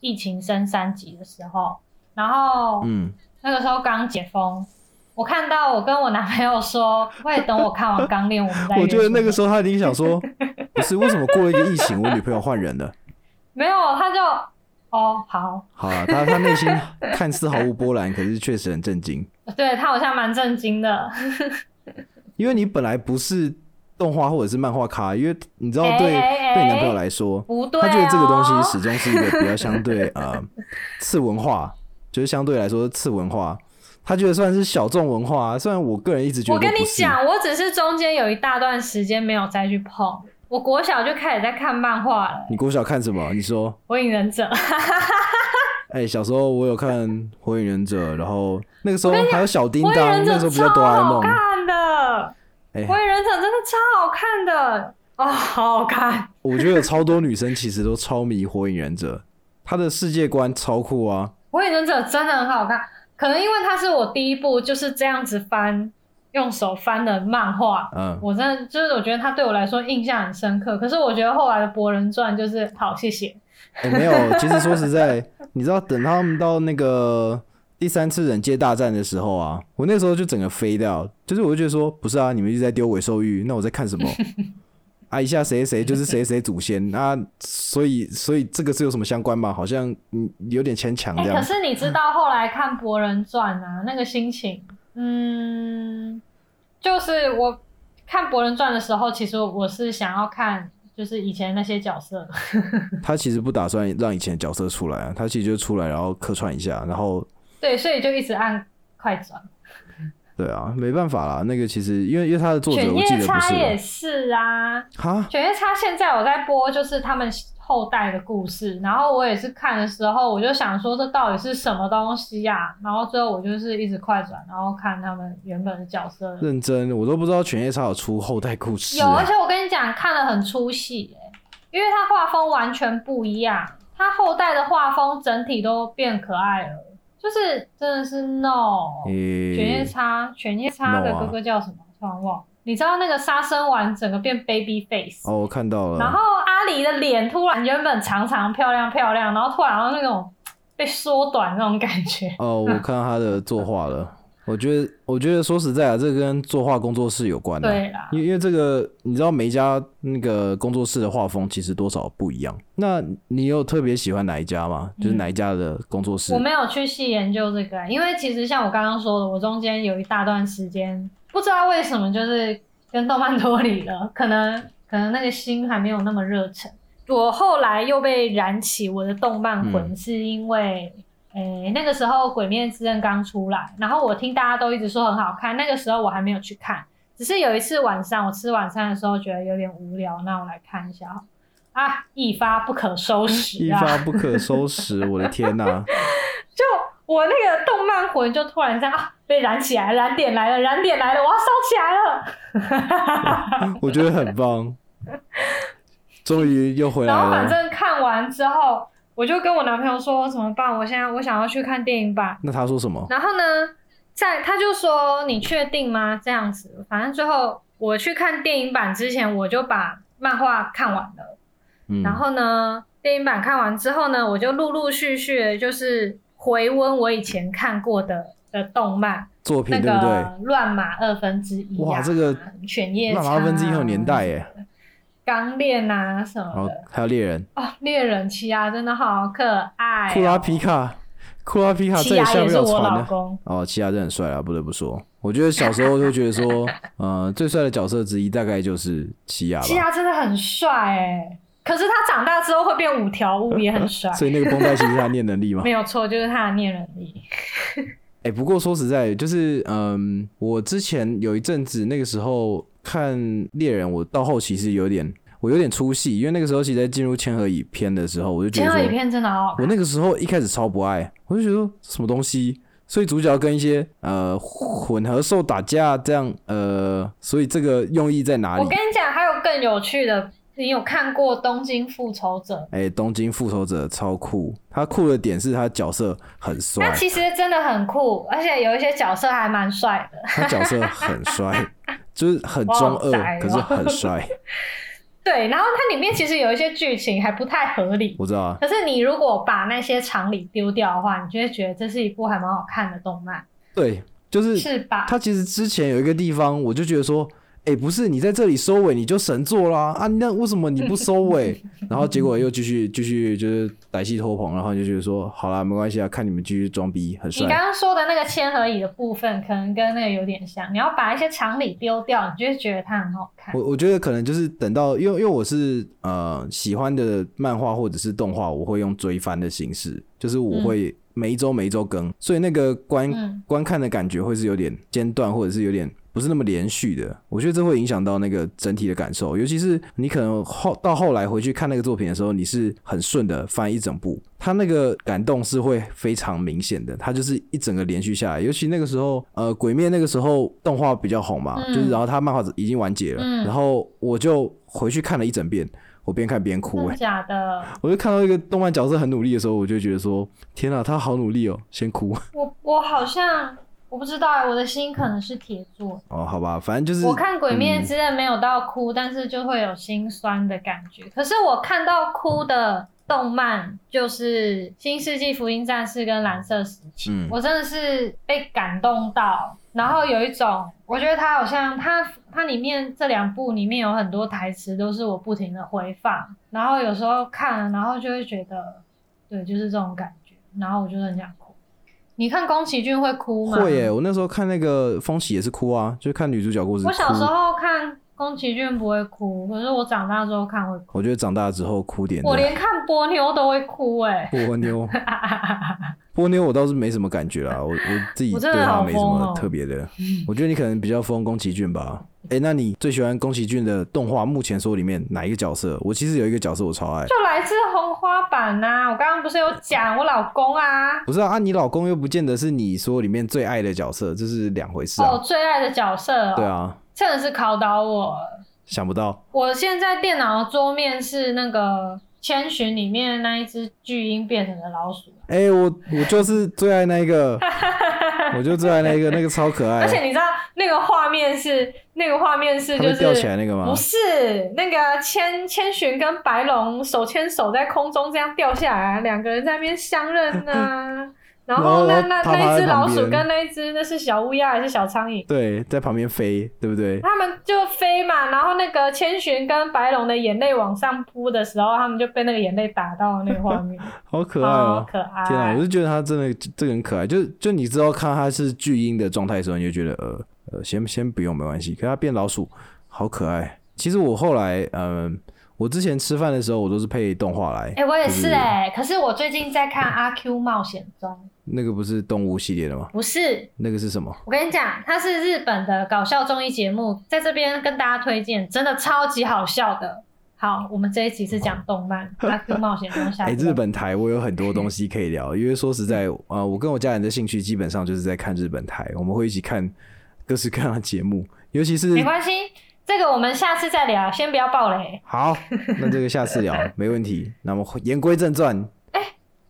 Speaker 2: 疫情升三级的时候，然后
Speaker 1: 嗯，
Speaker 2: 那个时候刚解封，我看到我跟我男朋友说，喂，等我看完《钢炼》，我们再约出来。
Speaker 1: 我觉得那个时候他一定想说，不是为什么过了一个疫情，我女朋友换人了？
Speaker 2: 没有，他就哦好，
Speaker 1: 好了，他他内心看似毫无波澜，可是确实很震惊，
Speaker 2: 对他好像蛮震惊的。
Speaker 1: 因为你本来不是动画或者是漫画咖，因为你知道
Speaker 2: 哎
Speaker 1: 对
Speaker 2: 哎哎
Speaker 1: 对你男朋友来说，
Speaker 2: 不对、哦，
Speaker 1: 他觉得这个东西始终是一个比较相 对呃次文化，就是相对来说次文化，他觉得算是小众文化啊。虽然我个人一直觉得
Speaker 2: 我跟你
Speaker 1: 不是，
Speaker 2: 讲，我只是中间有一大段时间没有再去碰。我国小就开始在看漫画了，
Speaker 1: 你国小看什么？你说，
Speaker 2: 《火影 忍者》
Speaker 1: 哎、小时候我有看《火影忍者》，然后那个时候还有小叮
Speaker 2: 火影
Speaker 1: 当，
Speaker 2: 忍
Speaker 1: 那个
Speaker 2: 者
Speaker 1: 时候》比
Speaker 2: 超
Speaker 1: 较哆啦 A
Speaker 2: 好
Speaker 1: 梦。
Speaker 2: 看的，
Speaker 1: 哎、
Speaker 2: 《火影忍者》真的超好看的哦，好好看。
Speaker 1: 我觉得有超多女生其实都超迷《火影忍者》，她的世界观超酷啊。
Speaker 2: 火影忍者真的很好看，可能因为它是我第一部就是这样子翻，用手翻的漫画。
Speaker 1: 嗯，
Speaker 2: 我真的就是我觉得它对我来说印象很深刻，可是我觉得后来的《博人传》就是好谢谢，
Speaker 1: 哎、没有，其实说实在，你知道，等他们到那个第三次忍界大战的时候啊，我那时候就整个飞掉，就是我就觉得说，不是啊，你们一直在丢尾兽玉，那我在看什么？ 啊，一下谁谁就是谁谁祖先啊，所以所以这个是有什么相关吗？好像嗯有点牵强
Speaker 2: 哎、
Speaker 1: 这
Speaker 2: 可
Speaker 1: 样。
Speaker 2: 是你知道后来看《博人传》啊，那个心情，嗯，就是我看《博人传》的时候，其实我是想要看就是以前那些 角色，
Speaker 1: 他其实不打算让以前的角色出来啊，他其实就出来然后客串一下，然后
Speaker 2: 对，所以就一直按快转。
Speaker 1: 对啊，没办法啦，那个其实因为因为他的作者
Speaker 2: 犬
Speaker 1: 我记
Speaker 2: 夜
Speaker 1: 得不
Speaker 2: 叉也
Speaker 1: 是
Speaker 2: 是啊，
Speaker 1: 哈，
Speaker 2: 犬夜叉现在我在播就是他们后代的故事，然后我也是看的时候，我就想说这到底是什么东西呀、然后最后我就是一直快转，然后看他们原本的角色。
Speaker 1: 认真我都不知道犬夜叉有出后代故事、
Speaker 2: 有，而
Speaker 1: 欸
Speaker 2: 且，我跟你讲，看了很出戏、欸，因为它画风完全不一样，它后代的画风整体都变可爱了，就是真的是 no。
Speaker 1: 诶
Speaker 2: 犬夜叉，犬夜叉
Speaker 1: no
Speaker 2: 的
Speaker 1: 啊
Speaker 2: 哥哥叫什么？突然忘了。你知道那个杀生丸整个变 baby face，、
Speaker 1: 哦，我看到
Speaker 2: 然
Speaker 1: 了，
Speaker 2: 后阿离的脸突然原本长长漂亮漂亮，然后突然那种被缩短那种感觉。
Speaker 1: 哦，我看到他的作画了。我觉得，我觉得说实在啊，这个跟作画工作室有关的、啊
Speaker 2: 对啦，
Speaker 1: 因为因为这个，你知道每一家那个工作室的画风其实多少不一样。那你有特别喜欢哪一家吗？就是哪一家的工作室？
Speaker 2: 嗯我没有去细研究这个、啊因为其实像我刚刚说的，我中间有一大段时间不知道为什么就是跟动漫脱离了，可能可能那个心还没有那么热忱。我后来又被燃起我的动漫魂，
Speaker 1: 嗯
Speaker 2: 是因为诶、那个时候《鬼灭之刃》刚出来，然后我听大家都一直说很好看，那个时候我还没有去看，只是有一次晚上我吃晚餐的时候觉得有点无聊，那我来看一下好了啊，一发不可收拾
Speaker 1: 一
Speaker 2: 啊！
Speaker 1: 发不可收拾，我的天呐、
Speaker 2: 就我那个动漫魂就突然这样啊，被燃起来，燃点来了，燃点来了，我要烧起 来了。
Speaker 1: 我觉得很 棒，终于又回来
Speaker 2: 然后反
Speaker 1: 了。
Speaker 2: 正看完之后，我就跟我男朋友说怎么办？我现在我想要去看电影版。
Speaker 1: 那他说什么？
Speaker 2: 然后呢，在他就说你确定吗？这样子，反正最后我去看电影版之前，我就把漫画看完了。
Speaker 1: 嗯，
Speaker 2: 然后呢，电影版看完之后呢，我就陆陆续续地就是回温我以前看过的的动漫，
Speaker 1: 作品
Speaker 2: 那
Speaker 1: 对不对？
Speaker 2: 个乱马二分之一、啊，
Speaker 1: 哇这个
Speaker 2: 犬夜叉、啊
Speaker 1: 乱马二分之一很有年代耶，
Speaker 2: 钢炼啊什
Speaker 1: 然后
Speaker 2: 么的，
Speaker 1: 还有猎人
Speaker 2: 哦，猎人七啊，真的好可爱、哦，
Speaker 1: 库拉皮卡，库拉皮卡
Speaker 2: 七
Speaker 1: 在
Speaker 2: 啊
Speaker 1: 下
Speaker 2: 也
Speaker 1: 面
Speaker 2: 是
Speaker 1: 有
Speaker 2: 我
Speaker 1: 船
Speaker 2: 老
Speaker 1: 呢。
Speaker 2: 公，
Speaker 1: 哦，奇亚真的很帅啊，不得不说。我觉得小时候就觉得 说，呃，最帅的角色之一大概就是奇亚吧。，
Speaker 2: 七啊真的很帅哎，可是他长大之后会变五条悟，也很 帅
Speaker 1: 所以那个绷带其实是他念能力嘛
Speaker 2: 没。有错，就是他的念能力，
Speaker 1: 哎、不过说实在，就是嗯，我之前有一阵子那个时候看猎人，我到后期是有点我有点出戏，因为那个时候其实在进入千和乙篇的时候，我就觉
Speaker 2: 前
Speaker 1: 得
Speaker 2: 后影
Speaker 1: 说，
Speaker 2: 片真的好好看
Speaker 1: 我。那个时候一开始超不爱，我就觉得说什么东西。所以主角跟一些呃混合兽打架，这样呃，所以这个用意在哪里
Speaker 2: 我跟？你讲，还有更有趣的，你有看过《东京复仇者》吗？
Speaker 1: 哎、东京复仇者超酷，他酷的点是他角色很帅
Speaker 2: 那，其实真的很酷，而且有一些角色还蛮帅的。
Speaker 1: 他角色很帅， 就是很中
Speaker 2: 哇塞
Speaker 1: 二，可是很帅。
Speaker 2: 对，然后它里面其实有一些剧情还不太合理，
Speaker 1: 我知道啊，
Speaker 2: 可是你如果把那些常理丢掉的话，你就会觉得这是一部还蛮好看的动漫，
Speaker 1: 对，就是
Speaker 2: 是吧？
Speaker 1: 他其实之前有一个地方，我就觉得说，哎、不是你在这里收尾你就神作啦啊，那为什么你不收尾？然后结果又继续继续就是歹戏拖棚，然后就觉得说，好啦，没关系啊，看你们继续装逼，很
Speaker 2: 你刚
Speaker 1: 帅。
Speaker 2: 刚说的那个千和乙的部分，可能跟那个有点像。你要把一些常理丢掉，你就会觉得它很好看
Speaker 1: 我。我觉得可能就是等到，因为因为我是呃喜欢的漫画或者是动画，我会用追番的形式，就是我会每一周每一周更，所以那个观、
Speaker 2: 嗯
Speaker 1: 观看的感觉会是有点间断，或者是有点不是那么连续的。我觉得这会影响到那个整体的感受，尤其是你可能后到后来回去看那个作品的时候，你是很顺的翻一整部，它那个感动是会非常明显的，它就是一整个连续下来。尤其那个时候，呃，鬼灭那个时候动画比较红嘛，
Speaker 2: 嗯
Speaker 1: 就是然后它漫画已经完结了，
Speaker 2: 嗯
Speaker 1: 然后我就回去看了一整遍，我边看边哭、
Speaker 2: 真
Speaker 1: 欸，
Speaker 2: 的假的？
Speaker 1: 我就看到一个动漫角色很努力的时候，我就觉得说：天啊，他好努力哦！先哭
Speaker 2: 我我好像我不知道欸，我的心可能是铁做的。
Speaker 1: 哦，好吧，反正就是
Speaker 2: 我看《鬼灭
Speaker 1: 嗯
Speaker 2: 之刃》没有到哭，但是就会有心酸的感觉。可是我看到哭的动漫就是《新世纪福音战士》跟《蓝色时期》
Speaker 1: 嗯
Speaker 2: 我真的是被感动到，然后有一种我觉得它好像它它里面这两部里面有很多台词都是我不停的回放，然后有时候看了，然后就会觉得，对，就是这种感觉，然后我就很想哭。你看宫崎骏会哭吗？
Speaker 1: 会耶！我那时候看那个《风起》也是哭啊，就是看女主角故事。
Speaker 2: 我小时，候看宫崎骏不会哭，可是我长大之后看会哭。
Speaker 1: 我觉得长大之后哭点真的。
Speaker 2: 我连看波妞都会哭哎、
Speaker 1: 波 妞，波妞我倒是没什么感觉啦，我我自己
Speaker 2: 我
Speaker 1: 对
Speaker 2: 真的
Speaker 1: 他
Speaker 2: 好
Speaker 1: 没什么
Speaker 2: 疯哦
Speaker 1: 特别 的。我觉得你可能比较疯宫崎骏吧。哎、那你最喜欢宫崎骏的动画？目前所有里面哪一个角色？我其实有一个角色我超爱，
Speaker 2: 就来自红花板呐、我刚刚不是有讲我老公啊？
Speaker 1: 不是啊，啊你老公又不见得是你所有里面最爱的角色，这是两回事
Speaker 2: 哦，
Speaker 1: 啊。
Speaker 2: 最爱的角色、哦，
Speaker 1: 对，啊，
Speaker 2: 真的是考倒我了。
Speaker 1: 想不到
Speaker 2: 我现在电脑的桌面是那个《千寻》里面那一只巨鹰变成的老鼠，
Speaker 1: 哎、我我就是最爱那一 个，我就最爱那一个，那个超可爱，
Speaker 2: 而且你知道那个画面是那个画面是
Speaker 1: 它
Speaker 2: 就
Speaker 1: 会
Speaker 2: 是
Speaker 1: 吊起来那个吗
Speaker 2: 不？是那个千千寻跟白龙手牵手在空中这样掉下来，两个人在那边相认 啊。然后那
Speaker 1: 然后
Speaker 2: 那
Speaker 1: 他趴
Speaker 2: 那一只
Speaker 1: 在旁
Speaker 2: 老鼠
Speaker 1: 边
Speaker 2: 跟那一只那是小乌鸦还是小苍蝇？
Speaker 1: 对，在旁边飞，对不对？
Speaker 2: 他们就飞嘛，然后那个千寻跟白龙的眼泪往上扑的时候，他们就被那个眼泪打到那个画面，
Speaker 1: 好 可爱哦、
Speaker 2: 好可爱。
Speaker 1: 天啊，我就觉得他真的这个很可爱，就就你知道看他是巨婴的状态的时候，你就觉得呃呃，先先不用没关系。可他变老鼠，好可爱。其实我后来，嗯、我之前吃饭的时候，我都是配动画来，
Speaker 2: 哎、我也是
Speaker 1: 就是
Speaker 2: 哎、可是我最近在看《阿 Q 冒险中》，
Speaker 1: 那个不是动物系列的吗？
Speaker 2: 不是
Speaker 1: 那个是什么？
Speaker 2: 我跟你讲，它是日本的搞笑综艺节目，在这边跟大家推荐，真的超级好笑的。好，我们这一集是讲动漫《阿 Q 冒险中》下
Speaker 1: 哎、
Speaker 2: 集。
Speaker 1: 日本台我有很多东西可以聊， 因为说实在，呃，我跟我家人的兴趣基本上就是在看日本台，我们会一起看各式各样的节目， 尤其是
Speaker 2: 没关系，这个我们下次再聊，先不要爆雷。
Speaker 1: 好，那这个下次 聊没问题。那么言归正传，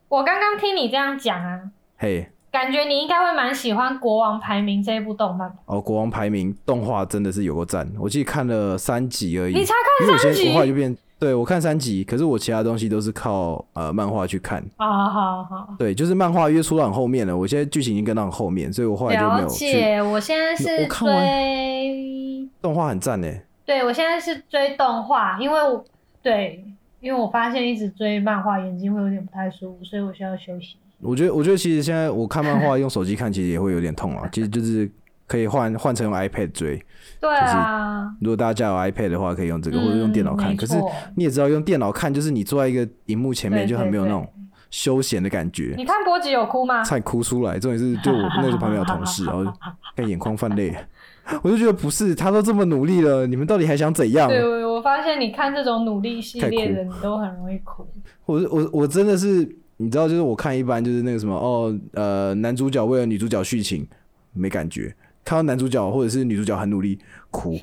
Speaker 2: 我刚刚听你这样讲啊，
Speaker 1: 嘿、
Speaker 2: 感觉你应该会蛮喜欢《国王排名》这一部动漫吧。
Speaker 1: 哦，国王排名动画真的是有个赞，我记得看了三集而已。
Speaker 2: 你才
Speaker 1: 嗯因为
Speaker 2: 看
Speaker 1: 我
Speaker 2: 三
Speaker 1: 先
Speaker 2: 集
Speaker 1: 我后来就变，对我看三集，可是我其他东西都是靠呃漫画去看。
Speaker 2: 啊，好好，
Speaker 1: 对，就是漫画约出到很后面了，我现在剧情已经跟到很后面，所以我后来就没
Speaker 2: 了
Speaker 1: 有去。
Speaker 2: 解。我现在是
Speaker 1: 我看完
Speaker 2: 追
Speaker 1: 动画很赞欸呢，
Speaker 2: 对，我现在是追动画，因为我对，因为我发现一直追漫画眼睛会有点不太舒服，所以我需要休息。
Speaker 1: 我觉得，我觉得其实现在我看漫画用手机看，其实也会有点痛 啊。其实就是可以换换成用 iPad 追，
Speaker 2: 对啊，
Speaker 1: 如果大家有 iPad 的话，可以用这个，或者
Speaker 2: 嗯
Speaker 1: 用电脑看。
Speaker 2: 没
Speaker 1: 可是
Speaker 2: 错
Speaker 1: 你也知道，用电脑看就是你坐在一个荧幕前面
Speaker 2: 对
Speaker 1: 就很
Speaker 2: 对
Speaker 1: 没有那
Speaker 2: 对
Speaker 1: 种休闲的感觉。
Speaker 2: 你看波吉有哭吗？
Speaker 1: 差点哭出来。重点是，就我那时候旁边有同事， 然后就看眼眶泛泪， 我就觉得不是，他都这么努力了，你们到底还想怎样？
Speaker 2: 对，我我发现你看这种努力系列的，你都很容易哭。
Speaker 1: 我我我真的是，你知道，就是我看一般就是那个什么哦，呃，男主角为了女主角殉情，没感觉；看到男主角或者是女主角很努力，哭。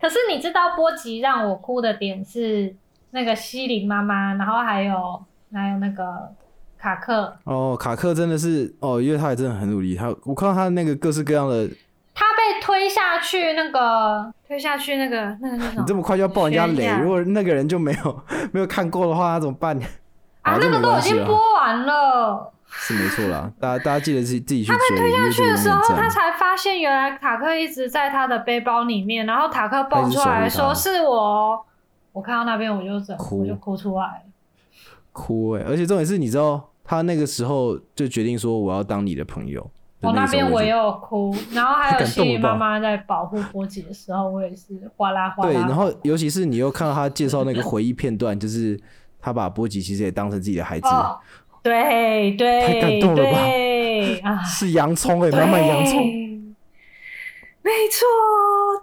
Speaker 2: 可是你知道波吉让我哭的点是那个西林妈妈，然后还有还有那个卡克，
Speaker 1: 哦，卡克真的是哦，因为他也真的很努力，他我看到他那个各式各样的，
Speaker 2: 他被推下去那个推下去那个那个那
Speaker 1: 你这
Speaker 2: 种
Speaker 1: 么快就要爆人家
Speaker 2: 哦悬
Speaker 1: 雷
Speaker 2: 崖，
Speaker 1: 如果那个人就没有没有看过的话，他怎么办？
Speaker 2: 啊，
Speaker 1: 这
Speaker 2: 那个
Speaker 1: 没
Speaker 2: 都已
Speaker 1: 关系
Speaker 2: 经
Speaker 1: 啊
Speaker 2: 播完了。
Speaker 1: 是没错啦，大家大家记得自己自己去追。因为
Speaker 2: 去
Speaker 1: 这
Speaker 2: 的
Speaker 1: 个
Speaker 2: 时候，
Speaker 1: 很
Speaker 2: 他
Speaker 1: 赞
Speaker 2: 才发现原来塔克一直在他的背包里面，然后塔克蹦出来说：“
Speaker 1: 他一直守
Speaker 2: 是我。”我看到那边我就整
Speaker 1: 哭
Speaker 2: 我就哭出来了。
Speaker 1: 哭哎、而且重点是，你知道他那个时候就决定说我要当你的朋友。
Speaker 2: 我
Speaker 1: 就
Speaker 2: 那
Speaker 1: 个时
Speaker 2: 边
Speaker 1: 候
Speaker 2: 我
Speaker 1: 我
Speaker 2: 也
Speaker 1: 就
Speaker 2: 有 哭，然后
Speaker 1: 太
Speaker 2: 还有
Speaker 1: 感
Speaker 2: 西
Speaker 1: 动
Speaker 2: 里
Speaker 1: 了吧
Speaker 2: 妈妈在保护波吉的时候，我也是哗啦哗啦。
Speaker 1: 对，然后尤其是你又看到他介绍那个回忆片段， 就是他把波吉其实也当成自己的孩子，
Speaker 2: 哦，对对，
Speaker 1: 太感动了吧
Speaker 2: 对 啊，
Speaker 1: 是洋葱哎、
Speaker 2: 对
Speaker 1: 满满洋葱。，
Speaker 2: 没错，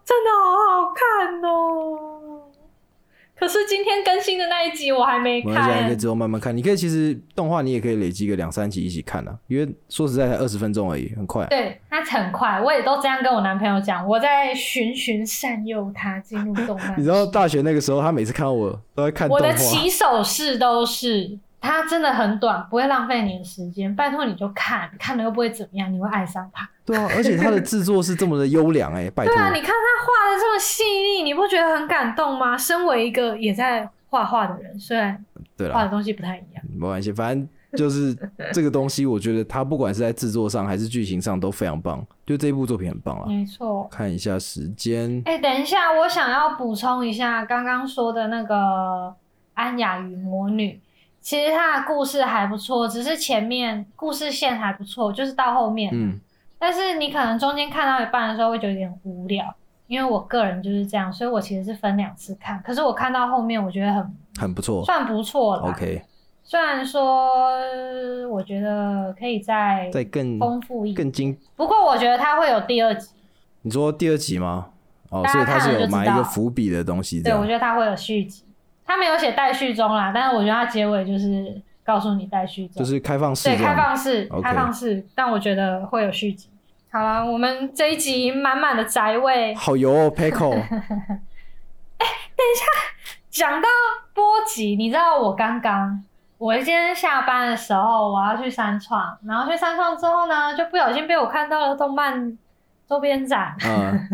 Speaker 2: 真的好好看哦。可是今天更新的那一集我还没
Speaker 1: 我们讲
Speaker 2: 看
Speaker 1: 一个，之后慢慢看，你可以其实动画你也可以累积个两三集一起看啊，因为说实在才二十分钟而已，很快啊、。
Speaker 2: 对，那很快，我也都这样跟我男朋友讲，我在循循善诱他进入动漫
Speaker 1: 你知道大学那个时候，他每次看到我都在看动
Speaker 2: 我
Speaker 1: 画，
Speaker 2: 的起手式都是，它真的很短，不会浪费你的时间。拜托你就看，看了又不会怎么样，你会爱上它。
Speaker 1: 对啊，而且他的制作是这么的优良哎、拜托
Speaker 2: 对。啊，你看他画的这么细腻，你不觉得很感动吗？身为一个也在画画的人，虽然
Speaker 1: 对啦
Speaker 2: 画的，东西不太一样，
Speaker 1: 没关系，反正就是这个东西，我觉得它不管是在制作上还是剧情上都非常棒，就这部作品很棒啦。
Speaker 2: 没错。
Speaker 1: 看一下时间，
Speaker 2: 嗯哎、等一下，我想要补充一下刚刚说的那个安雅与魔女。其实他的故事还不错，只是前面故事线还不错，就是到后面，
Speaker 1: 嗯，
Speaker 2: 但是你可能中间看到一半的时候会觉得有点无聊，因为我个人就是这样，所以我其实是分两次看。可是我看到后面，我觉得很
Speaker 1: 很不错。
Speaker 2: 算不错了。
Speaker 1: OK，
Speaker 2: 虽然说呃我觉得可以再
Speaker 1: 再更
Speaker 2: 丰富一点，
Speaker 1: 更精，
Speaker 2: 不过我觉得它会有第二集，
Speaker 1: 你说第二集吗？哦，
Speaker 2: 大家
Speaker 1: 所以它
Speaker 2: 看
Speaker 1: 是
Speaker 2: 了
Speaker 1: 有
Speaker 2: 就
Speaker 1: 埋
Speaker 2: 知
Speaker 1: 一
Speaker 2: 道
Speaker 1: 个伏笔的东西，这
Speaker 2: 对我
Speaker 1: 样
Speaker 2: 觉。得它会有续集。它没有写待续中啦，但是我觉得它结尾就是告诉你待续
Speaker 1: 就
Speaker 2: 中，
Speaker 1: 是开放式
Speaker 2: 对，
Speaker 1: 这
Speaker 2: 开
Speaker 1: 样。
Speaker 2: 放式
Speaker 1: OK
Speaker 2: 开放式，但我觉得会有续集。好了，我们这一集满满的宅味，
Speaker 1: 好油哦 p e c o
Speaker 2: 讲到波及，你知道我刚刚，我今天下班的时候，我要去三创，然后去三创之后呢，就不小心被我看到了动漫周边展，
Speaker 1: 嗯，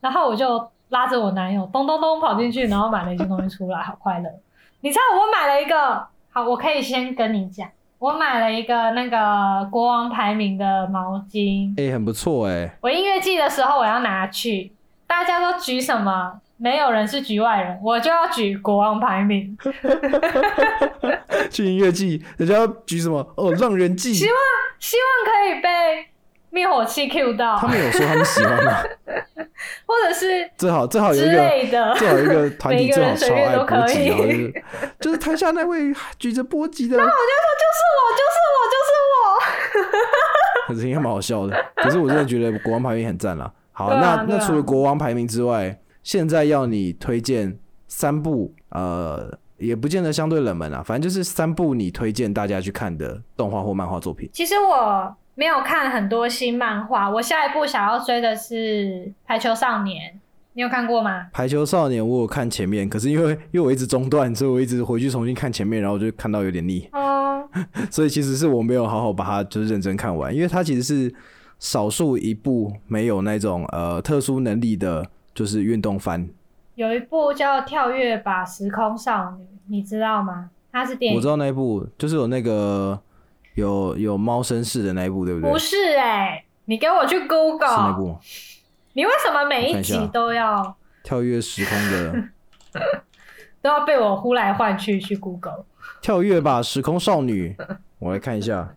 Speaker 2: 然后我就拉着我男友咚咚咚跑进去，然后买了一件东西出来，好快乐。 你知道我买了一个，好，我可以先跟你讲，我买了一个那个国王排名的毛巾，
Speaker 1: 哎，很不错哎。
Speaker 2: 我音乐季的时候我要拿去，大家都举什么？没有人是局外人，我就要举国王排名。
Speaker 1: 去音乐季，人家要举什么？哦，让人记。
Speaker 2: 希望希望可以被灭火器 Q 到，
Speaker 1: 他们有说他们喜欢 吗？
Speaker 2: 或者是
Speaker 1: 最好最好有
Speaker 2: 之
Speaker 1: 一个。
Speaker 2: 类的。
Speaker 1: 最好一个团体
Speaker 2: 每个
Speaker 1: 最好
Speaker 2: 人随
Speaker 1: 超
Speaker 2: 便
Speaker 1: 爱
Speaker 2: 都
Speaker 1: 波
Speaker 2: 可
Speaker 1: 吉，
Speaker 2: 以
Speaker 1: 然后就是就是台下那位举着波吉的，
Speaker 2: 就是
Speaker 1: 可是应该蛮好笑的。可是我真的觉得国王排名很赞啦。好，
Speaker 2: 对啊
Speaker 1: 那
Speaker 2: 对
Speaker 1: 那
Speaker 2: 啊
Speaker 1: 除了国王排名之外，现在要你推荐三部，呃，也不见得相对冷门啊，反正就是三部你推荐大家去看的动画或漫画作品。
Speaker 2: 其实我没有看很多新漫画，我下一部想要追的是《排球少年》，你有看过吗？
Speaker 1: 排球少年我有看前面，可是因为因为我一直中断，所以我一直回去重新看前面，然后就看到有点腻，
Speaker 2: 哦，
Speaker 1: 所以其实是我没有好好把它就是认真看完，因为它其实是少数一部没有那种呃特殊能力的，就是运动番。
Speaker 2: 有一部叫《跳跃吧时空少女》，你知道吗？它是电
Speaker 1: 我知
Speaker 2: 影，
Speaker 1: 道那一部就是有那个有有猫绅士的那一部，对不对？
Speaker 2: 不
Speaker 1: 是
Speaker 2: 是啊哎、你给我去
Speaker 1: 那
Speaker 2: Google，
Speaker 1: 部吗
Speaker 2: 你为什么每
Speaker 1: 我看
Speaker 2: 一
Speaker 1: 一下
Speaker 2: 集都要
Speaker 1: 跳跃时空的
Speaker 2: 都要被我呼来唤去去 Google？
Speaker 1: 跳跃吧时空少女，我来看一下。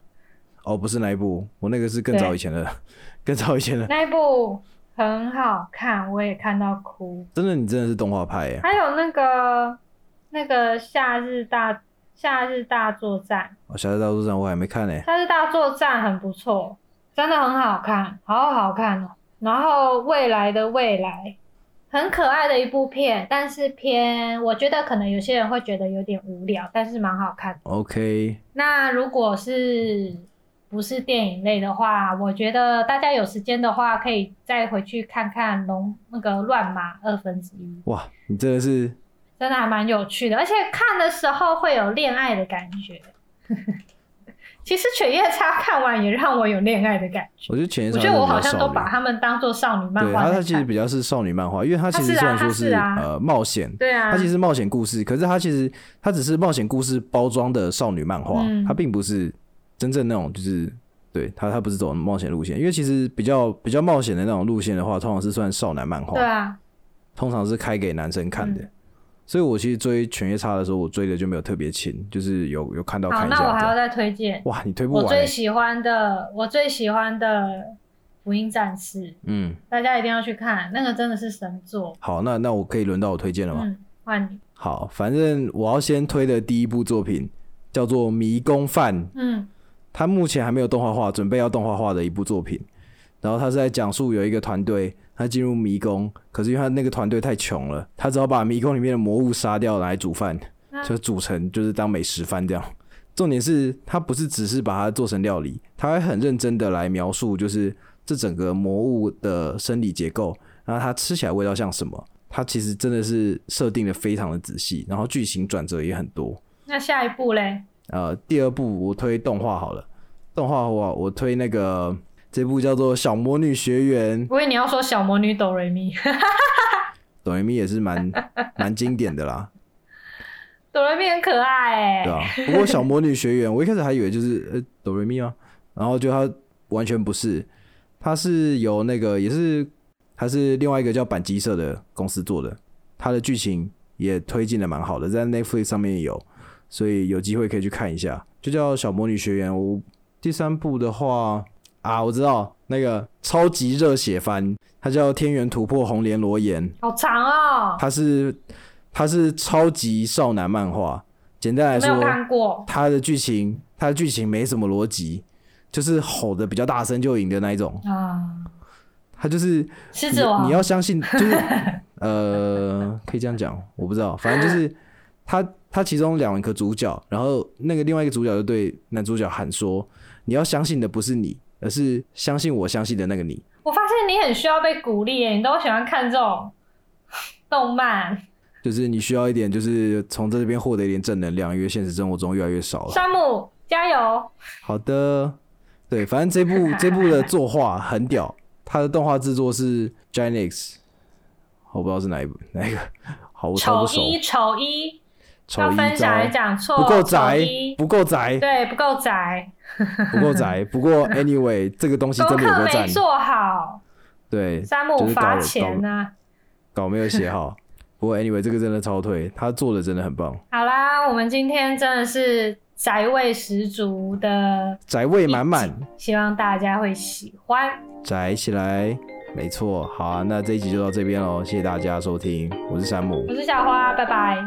Speaker 1: 哦，不是那一部，我那个是更早以前的， 更早以前的。
Speaker 2: 那一部很好看，我也看到哭。
Speaker 1: 真的，你真的是动画派耶！
Speaker 2: 还有那个那个夏日大夏日大作战，
Speaker 1: 哦，《侠盗大作战》我还没看呢。
Speaker 2: 夏日大作战很不错，真的很好看，好好看哦。然后未来的未来，很可爱的一部片，但是偏我觉得可能有些人会觉得有点无聊，但是蛮好看的。
Speaker 1: OK，
Speaker 2: 那如果是不是电影类的话，我觉得大家有时间的话，可以再回去看看《龙》那个《乱马二分之一》，
Speaker 1: 哇，你真的是
Speaker 2: 真的还蛮有趣的，而且看的时候会有恋爱的感觉。 其实《犬夜叉》看完也让我有恋爱的感觉
Speaker 1: 我，觉得前一
Speaker 2: 我
Speaker 1: 场
Speaker 2: 觉得我好像都把
Speaker 1: 它
Speaker 2: 他们当做少女漫
Speaker 1: 对
Speaker 2: 画
Speaker 1: 它
Speaker 2: 在
Speaker 1: 它其实
Speaker 2: 看。
Speaker 1: 比较是少女漫画，因为它其实
Speaker 2: 它是啊
Speaker 1: 虽然说
Speaker 2: 它是啊
Speaker 1: 呃冒险，
Speaker 2: 对啊，
Speaker 1: 它其实是冒险故事，可是它其实它只是冒险故事包装的少女漫画，
Speaker 2: 嗯
Speaker 1: 它并不是真正那种就是对它它不是走冒险路线，因为其实比较比较冒险的那种路线的话，通常是算少男漫画
Speaker 2: 对，啊，
Speaker 1: 通常是开给男生看的。
Speaker 2: 嗯
Speaker 1: 所以我其实追《犬夜叉》的时候，我追的就没有特别勤，就是有有看到
Speaker 2: 好，
Speaker 1: 看一下
Speaker 2: 那
Speaker 1: 这
Speaker 2: 我
Speaker 1: 样。
Speaker 2: 还要再推荐
Speaker 1: 哇，你推不
Speaker 2: 我
Speaker 1: 完欸、
Speaker 2: 最喜欢的，我最喜欢的《福音战士》。
Speaker 1: 嗯，
Speaker 2: 大家一定要去看，那个真的是神作。
Speaker 1: 好，那那我可以轮到我推荐了吗？
Speaker 2: 嗯，换你。
Speaker 1: 好，反正我要先推的第一部作品叫做《迷宫饭》，
Speaker 2: 嗯，
Speaker 1: 它目前还没有动画化，准备要动画化的一部作品。然后它是在讲述有一个团队，他进入迷宫，可是因为他那个团队太穷了，他只好把迷宫里面的魔物杀掉拿来煮饭，
Speaker 2: 啊
Speaker 1: 就煮成就是当美食饭这样。重点是他不是只是把它做成料理，他还很认真的来描述，就是这整个魔物的生理结构，然后它吃起来味道像什么。它其实真的是设定的非常的仔细，然后剧情转折也很多。
Speaker 2: 那下一步嘞？
Speaker 1: 呃，第二部我推动画好了，动画我我推那个这部叫做《小魔女学园》，
Speaker 2: 不会你要说小魔女哆瑞咪，
Speaker 1: 哆瑞咪也是蛮 蛮经典的啦，
Speaker 2: 哆瑞咪很可爱哎、
Speaker 1: 对啊。不过《小魔女学园》，我一开始还以为就是呃哆瑞咪吗？然后就它完全不是，它是由那个也是它是另外一个叫板机社的公司做的，它的剧情也推进的蛮好的，在 Netflix 上面也有，所以有机会可以去看一下，就叫《小魔女学园》。我第三部的话啊，我知道那个超级热血番，它叫《天元突破红莲罗岩》，
Speaker 2: 好长哦，
Speaker 1: 它是它是超级少男漫画。简单来
Speaker 2: 没有
Speaker 1: 说，
Speaker 2: 看过，
Speaker 1: 它的剧情它的剧情没什么逻辑，就是吼的比较大声就赢的那一种。
Speaker 2: 啊，
Speaker 1: 它就是
Speaker 2: 狮
Speaker 1: 你
Speaker 2: 子王
Speaker 1: 你要相信，就是呃，可以这样讲，我不知道，反正就是他他其中两个主角，然后那个另外一个主角就对男主角喊说：“你要相信的不是你，而是相信我相信的那个你。
Speaker 2: 我发现你很需要被鼓励耶，你都喜欢看这种 动漫。”
Speaker 1: 就是你需要一点，就是从这边获得一点正能量，因为现实生活中越来越少了。
Speaker 2: 山姆，加油！
Speaker 1: 好的，对，反正这 部这部的作画很屌，它的动画制作是 Ginex，我不知道是哪一部哪一个，好，我超
Speaker 2: 丑
Speaker 1: 不熟。
Speaker 2: 一，丑一，
Speaker 1: 丑
Speaker 2: 要
Speaker 1: 一
Speaker 2: 分享
Speaker 1: 招
Speaker 2: 还讲错，
Speaker 1: 不够
Speaker 2: 丑
Speaker 1: 宅
Speaker 2: 一，
Speaker 1: 不够宅，
Speaker 2: 对，不够宅，
Speaker 1: 不够 宅。不过 anyway，这个东西真
Speaker 2: 功
Speaker 1: 的有
Speaker 2: 课
Speaker 1: 个
Speaker 2: 没
Speaker 1: 赞，
Speaker 2: 做好，
Speaker 1: 对，
Speaker 2: 山姆
Speaker 1: 就是搞
Speaker 2: 罚
Speaker 1: 了
Speaker 2: 钱啊呐、
Speaker 1: 稿没有写好。不过 anyway，这个真的超推，他做的真的很棒，
Speaker 2: 好啦，我们今天真的是宅味十足的，
Speaker 1: 宅味满满，
Speaker 2: 希望大家会喜欢。
Speaker 1: 宅起来，没错。好啊，那这一集就到这边喽，谢谢大家收听，我是山姆，
Speaker 2: 我是小花，拜拜。